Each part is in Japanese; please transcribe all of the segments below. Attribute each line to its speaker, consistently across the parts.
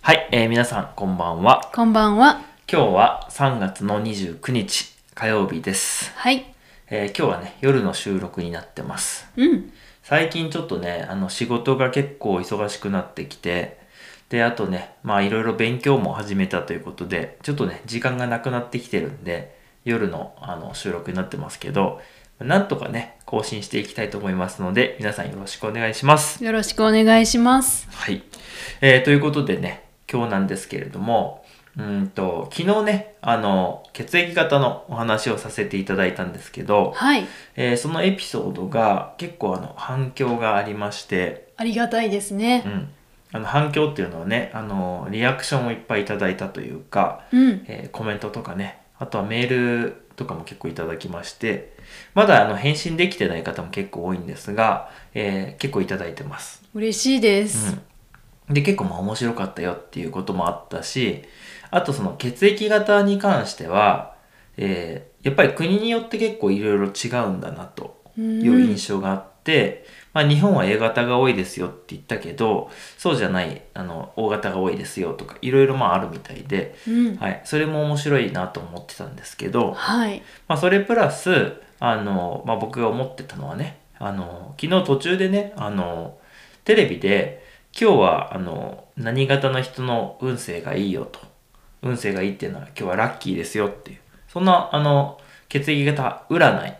Speaker 1: はい、えー皆さんこんばんは。
Speaker 2: こんばんは。
Speaker 1: 今日は3月の29日火曜日です。
Speaker 2: はい。
Speaker 1: えー今日はね、夜の収録になってます。
Speaker 2: うん。
Speaker 1: 最近ちょっとね、あの仕事が結構忙しくなってきて、で、あとね、まあいろいろ勉強も始めたということで、ちょっとね、時間がなくなってきてるんで、夜のあの収録になってますけど、なんとかね、更新していきたいと思いますので、皆さんよろしくお願いします。
Speaker 2: よろしくお願いします。
Speaker 1: はい。えーということでね、今日なんですけれども、うーんと、昨日ね、あの、血液型のお話をさせていただいたんですけど、
Speaker 2: はい。
Speaker 1: えーそのエピソードが結構あの、反響がありまして、
Speaker 2: ありがたいです
Speaker 1: う
Speaker 2: ね。
Speaker 1: ん。あの、反響っていうのはね、あの、リアクションをいっぱいいただいたというか、
Speaker 2: うん。
Speaker 1: えーコメントとかね、あとはメールとかも結構いただきまして、まだあの、返信できてない方も結構多いんですが、えー結構いただいてます。
Speaker 2: 嬉しいです。
Speaker 1: うん、で結構まあ面白かったよっていうこともあったしあとその血液型に関しては、えーやっぱり国によって結構いろいろ違うんだなと
Speaker 2: うん
Speaker 1: いう印象があって、まあ、日本は A 型が多いですよって言ったけどそうじゃないあの O 型が多いですよとかいろいろまああるみたいで、
Speaker 2: うん。
Speaker 1: はい、それも面白いなと思ってたんですけど、
Speaker 2: はい。
Speaker 1: まあ、それプラスあの、まあ、僕が思ってたのはねあの昨日途中でねあのテレビで今日はあの何型の人の運勢がいいよと運勢がいいっていうのは今日はラッキーですよっていうそんなあの血液型占い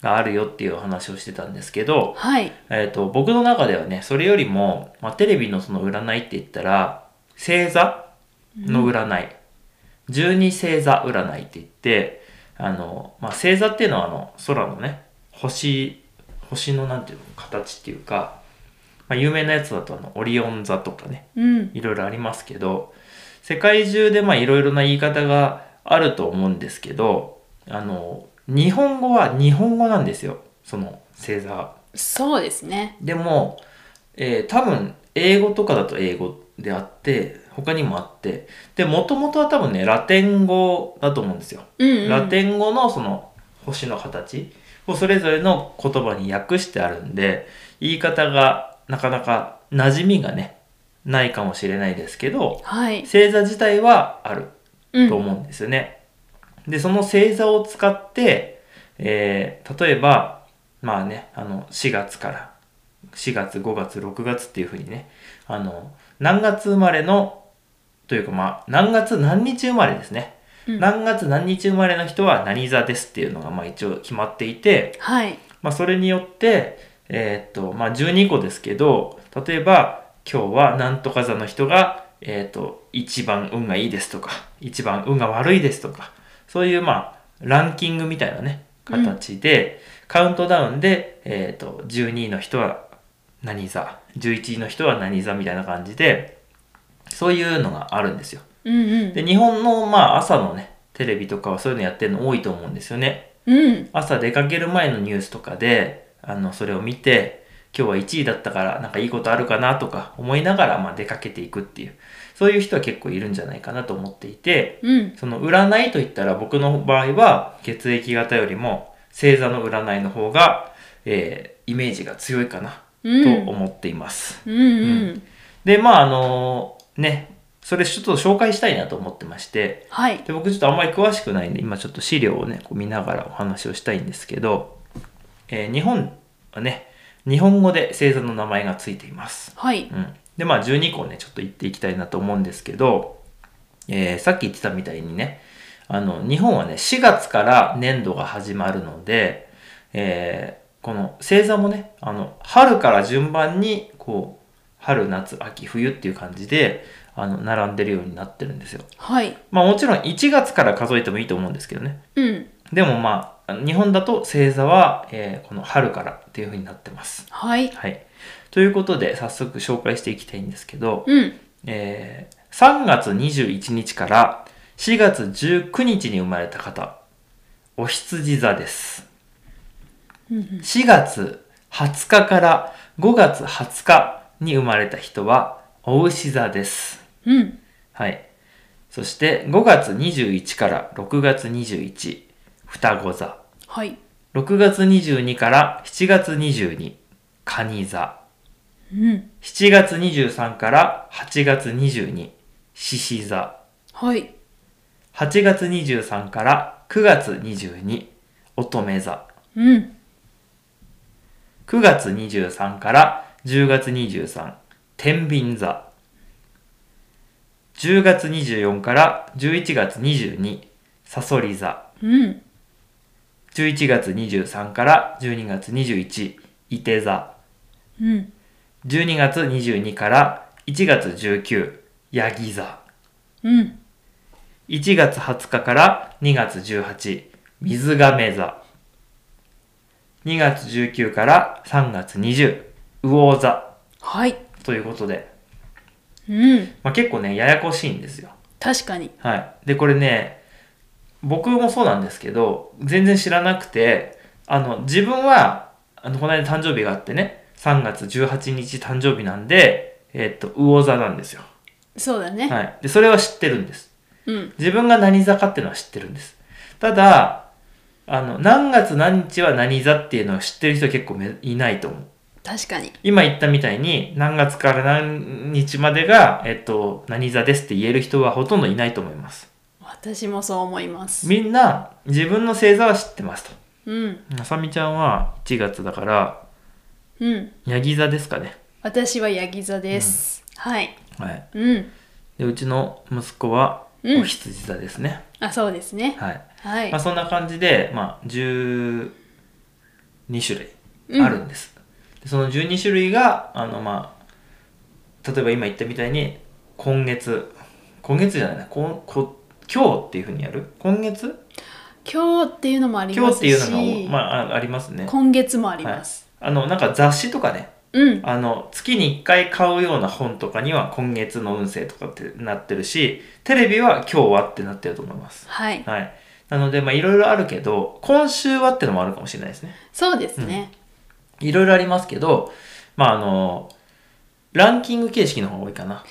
Speaker 1: があるよっていうお話をしてたんですけど、
Speaker 2: はい。
Speaker 1: えっと僕の中ではねそれよりも、まあ、テレビのその占いって言ったら星座の占い、十二星座占いって言ってあの、まあ、星座っていうのはあの空のね星星のなんていうの形っていうか、まあ、有名なやつだとあのオリオン座とかね
Speaker 2: うん。
Speaker 1: いろいろありますけど世界中でまあいろいろな言い方があると思うんですけどあの日本語は日本語なんですよその星座は。
Speaker 2: そうですね。
Speaker 1: でも、えー多分英語とかだと英語であって他にもあってでもともとは多分ねラテン語だと思うんですよ、
Speaker 2: うん、うん。
Speaker 1: ラ
Speaker 2: ン。
Speaker 1: テン語のその星の形をそれぞれの言葉に訳してあるんで言い方がなかなか馴染みがねないかもしれないですけど
Speaker 2: はい。
Speaker 1: 星座自体はある
Speaker 2: うん
Speaker 1: と思うんですよね。で、その星座を使って、えー例えば、まあね、あの、4月から、4月、5月、6月っていう風にね、あの、何月生まれの、というかまあ、何月何日生まれですね。
Speaker 2: うん
Speaker 1: 何月何日生まれの人は何座ですっていうのがまあ一応決まっていて、
Speaker 2: はい。
Speaker 1: まあ、それによって、えーっと、まあ、12個ですけど、例えば、今日はなんとか座の人が、えーっと、一番運がいいですとか、一番運が悪いですとか、そういう、まあ、ランキングみたいなね、形で、カウントダウンで、えーっと、12位の人は何座、11位の人は何座みたいな感じで、そういうのがあるんですよ。
Speaker 2: うんうん。
Speaker 1: で、日本の、まあ、朝のね、テレビとかはそういうのやってるの多いと思うんですよね。
Speaker 2: うん。
Speaker 1: 朝出かける前のニュースとかであのそれを見て今日は1位だったからなんかいいことあるかなとか思いながら、まあ、出かけていくっていうそういう人は結構いるんじゃないかなと思っていて
Speaker 2: うん。
Speaker 1: その占いといったら僕の場合は血液型よりも星座の占いの方が、えーイメージが強いかな
Speaker 2: うん。
Speaker 1: と思っています、
Speaker 2: うんうん。
Speaker 1: でまああのねそれちょっと紹介したいなと思ってまして
Speaker 2: はい。
Speaker 1: で僕ちょっとあんまり詳しくないんで今ちょっと資料をねこう見ながらお話をしたいんですけど、えー日本はね日本語で星座の名前がついています、
Speaker 2: はい。
Speaker 1: うん、でまあ12個ねちょっと言っていきたいなと思うんですけど、えーさっき言ってたみたいにねあの日本はね4月から年度が始まるので、えーこの星座もねあの春から順番にこう春夏秋冬っていう感じであの並んでるようになってるんですよ
Speaker 2: はい。
Speaker 1: まあもちろん1月から数えてもいいと思うんですけどね。
Speaker 2: うん。
Speaker 1: でもまあ、日本だと星座は、えーこの春からっていう風になってます。
Speaker 2: はい。
Speaker 1: はい。ということで、早速紹介していきたいんですけど、
Speaker 2: うん。
Speaker 1: えー3月21日から4月19日に生まれた方、お羊座です。
Speaker 2: うんうん。
Speaker 1: 4月20日から5月20日に生まれた人は、お牛座です。
Speaker 2: うん。
Speaker 1: はい。そして5月21から6月21、双子座。
Speaker 2: はい。
Speaker 1: 6月22から7月22、蟹座。
Speaker 2: うん。
Speaker 1: 7月23から8月22、獅子座。
Speaker 2: はい。
Speaker 1: 8月23から9月22、乙女座。
Speaker 2: うん。
Speaker 1: 9月23から10月23、天秤座。10月24から11月22、サソリ座。
Speaker 2: うん。
Speaker 1: 11月23から12月21、伊手座。
Speaker 2: うん。
Speaker 1: 12月22から1月19、ヤギ座。
Speaker 2: うん。
Speaker 1: 1月20日から2月18、水亀座。2月19から3月20、魚座。
Speaker 2: はい。
Speaker 1: ということで、
Speaker 2: うん。
Speaker 1: まあ、結構ね、ややこしいんですよ。
Speaker 2: 確かに。
Speaker 1: はい。で、これね、僕もそうなんですけど、全然知らなくて、あの、自分は、あの、この間誕生日があってね、3月18日誕生日なんで、えっと、魚座なんですよ。
Speaker 2: そうだね。
Speaker 1: はい。で、それは知ってるんです。
Speaker 2: うん。
Speaker 1: 自分が何座かっていうのは知ってるんです。ただ、あの、何月何日は何座っていうのを知ってる人結構めいないと思う。
Speaker 2: 確かに。
Speaker 1: 今言ったみたいに何月から何日までが、えっと、何座ですって言える人はほとんどいないと思います。
Speaker 2: 私もそう思います。
Speaker 1: みんな自分の星座は知ってますと。
Speaker 2: うん。
Speaker 1: あさみちゃんは1月だから、
Speaker 2: うん。
Speaker 1: ヤギ座ですかね。
Speaker 2: 私はヤギ座です。はい。
Speaker 1: はい。
Speaker 2: うん。
Speaker 1: で、うちの息子は
Speaker 2: うん
Speaker 1: お羊座ですね。
Speaker 2: あ、そうですね。
Speaker 1: はい。
Speaker 2: はい
Speaker 1: まあ。そんな感じで、まあ、12種
Speaker 2: う
Speaker 1: 類
Speaker 2: ん
Speaker 1: あるんです、でその12種類があの、まあ、例えば今言ったみたいに今月今月じゃないなここ今日っていうふうにやる今月
Speaker 2: 今日っていうのもあり
Speaker 1: 今
Speaker 2: ま
Speaker 1: 日っ
Speaker 2: す
Speaker 1: て
Speaker 2: し、
Speaker 1: いうのが、まあ、あありますね
Speaker 2: 今月もあります。
Speaker 1: あのなんか雑誌とかね
Speaker 2: うん。
Speaker 1: あの月に1回買うような本とかには今月の運勢とかってなってるしテレビは今日はってなってると思います
Speaker 2: はい。
Speaker 1: はいなのでまあいろいろあるけど今週はってのもあるかもしれないですね
Speaker 2: そうですね。
Speaker 1: いろいろありますけど、まああの、ランキング形式の方が多いかな。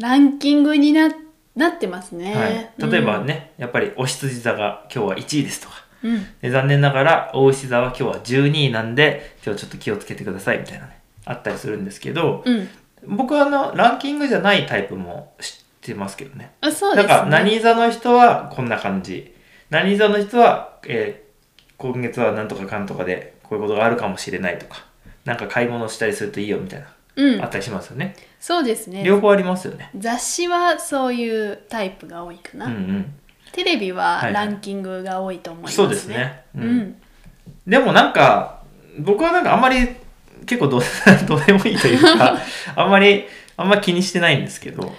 Speaker 2: ランキングにななってますね。
Speaker 1: はい、例えばね、やっぱりお羊座が今日は1位ですとか。
Speaker 2: うん。うん。
Speaker 1: で残念ながら、お牛座は今日は12位なんで、今日ちょっと気をつけてくださいみたいなね、あったりするんですけど、
Speaker 2: うん。
Speaker 1: 僕はあの、ランキングじゃないタイプも知ってますけどね。
Speaker 2: あ、そうで
Speaker 1: だ
Speaker 2: すね。
Speaker 1: から、何座の人はこんな感じ。何座の人は、えー今月はなんとかかんとかで、こういうことがあるかもしれないとか、なんか買い物したりするといいよみたいな。
Speaker 2: う
Speaker 1: あっ
Speaker 2: ん。
Speaker 1: たりしますよね。
Speaker 2: そうですね。
Speaker 1: 両方ありますよね。
Speaker 2: 雑誌はそういうタイプが多いかな。
Speaker 1: うん
Speaker 2: テレビ
Speaker 1: はい
Speaker 2: は
Speaker 1: はい
Speaker 2: ランキングが多いと思い
Speaker 1: うん。
Speaker 2: ます、ね
Speaker 1: そうですね。う。
Speaker 2: うんん。
Speaker 1: でもなんか、僕はなんかあんまり結構どう どうでもいいというか、 あんまり、あんま気にしてないんですけど、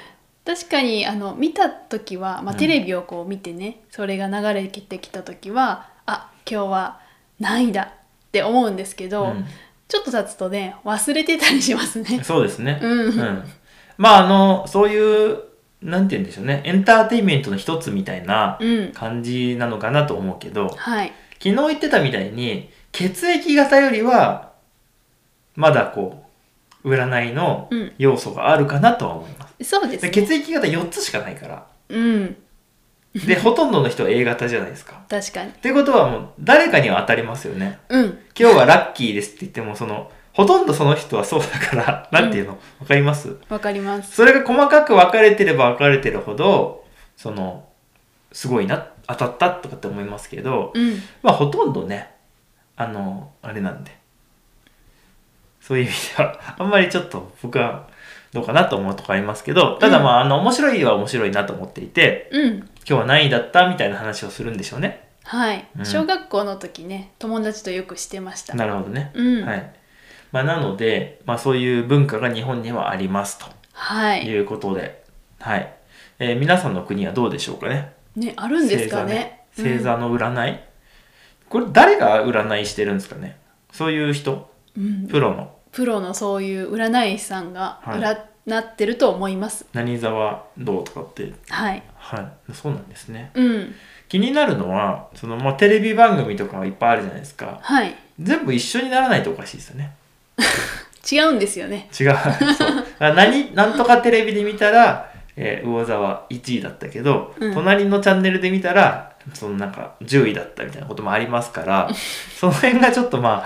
Speaker 2: 確かにあの見た時は、まあ、
Speaker 1: うん
Speaker 2: テレビをこう見てね、それが流れてきた時はあ今日は何位だって思うんですけど、
Speaker 1: うん
Speaker 2: ちょっと経つとね忘れてたりします ね。
Speaker 1: そうですね。
Speaker 2: うん
Speaker 1: うん。まああの、そういう、なんて言うんでしょうね、エンターテインメントの一つみたいな
Speaker 2: うん、
Speaker 1: 感じなのかなと思うけど、
Speaker 2: はい、
Speaker 1: 昨日言ってたみたいに、血液型よりは、まだこう、占いの
Speaker 2: うん、
Speaker 1: 要素があるかなとは思います。
Speaker 2: そうです
Speaker 1: で
Speaker 2: ね。
Speaker 1: 血液型4つしかないから。
Speaker 2: うん、
Speaker 1: で、ほとんどの人は A 型じゃないですか。
Speaker 2: 確かに。
Speaker 1: っていうことはもう、誰かには当たりますよね。
Speaker 2: うん、
Speaker 1: 今日はラッキーですって言っても、その、ほとんどその人はそうだから、なんていうの、わかります
Speaker 2: わかります。
Speaker 1: それが細かく分かれてれば分かれてるほど、その、すごいな、当たったとかって思いますけど、
Speaker 2: うん、
Speaker 1: まあほとんどね、あの、あれなんで。そういう意味では、あんまりちょっと僕はどうかなと思うとこありますけど、ただまあ、あの、面白いは面白いなと思っていて、
Speaker 2: うん、
Speaker 1: 今日は何位だったみたいな話をするんでしょうね。
Speaker 2: はい、
Speaker 1: うん
Speaker 2: 小学校の時ね、友達とよくしてました。
Speaker 1: なるほどね。
Speaker 2: うん、
Speaker 1: は
Speaker 2: はい、
Speaker 1: い。まあ、なので、まあ、そういう文化が日本にはありますということで、はい。えー皆さんの国はどうでしょうかね。
Speaker 2: ね、あるんですかね。
Speaker 1: 星座ね星座の占い、これ誰が占いしてるんですかねそういう人
Speaker 2: うん、うん
Speaker 1: プロの
Speaker 2: プロのそういう占い師さんが
Speaker 1: は
Speaker 2: 占ってると思います。
Speaker 1: 何座はどうとかって、
Speaker 2: はい。
Speaker 1: はい。そうなんですね。
Speaker 2: うん。
Speaker 1: 気になるのは、その、まあ、テレビ番組とかはいっぱいあるじゃないですか。
Speaker 2: はい。
Speaker 1: 全部一緒にならないとおかしいですよね。
Speaker 2: 違うんですよね。
Speaker 1: 違うそうあ何なんとかテレビで見たら、えー魚座は1位だったけど、
Speaker 2: うん
Speaker 1: 隣のチャンネルで見たらそのなんか10位だったみたいなこともありますから その辺がちょっとまあ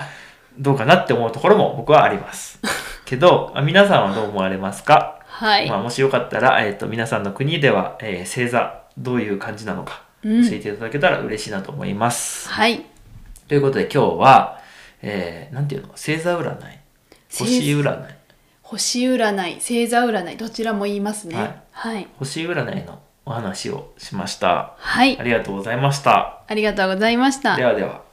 Speaker 1: どうかなって思うところも僕はありますけどあ皆さんはどう思われますか
Speaker 2: はい、
Speaker 1: まあ、もしよかったら、えー、と皆さんの国では、えー星座どういう感じなのか教
Speaker 2: うん
Speaker 1: えていただけたら嬉しいなと思います。
Speaker 2: はい
Speaker 1: ということで今日は、えーなんていうの星座占い
Speaker 2: 星
Speaker 1: 星占い
Speaker 2: 星占い星座占いどちらも言いますね
Speaker 1: はい
Speaker 2: はい、
Speaker 1: 星占いのお話をしました。
Speaker 2: はい
Speaker 1: ありがとうございました。
Speaker 2: ありがとうございました
Speaker 1: ではでは。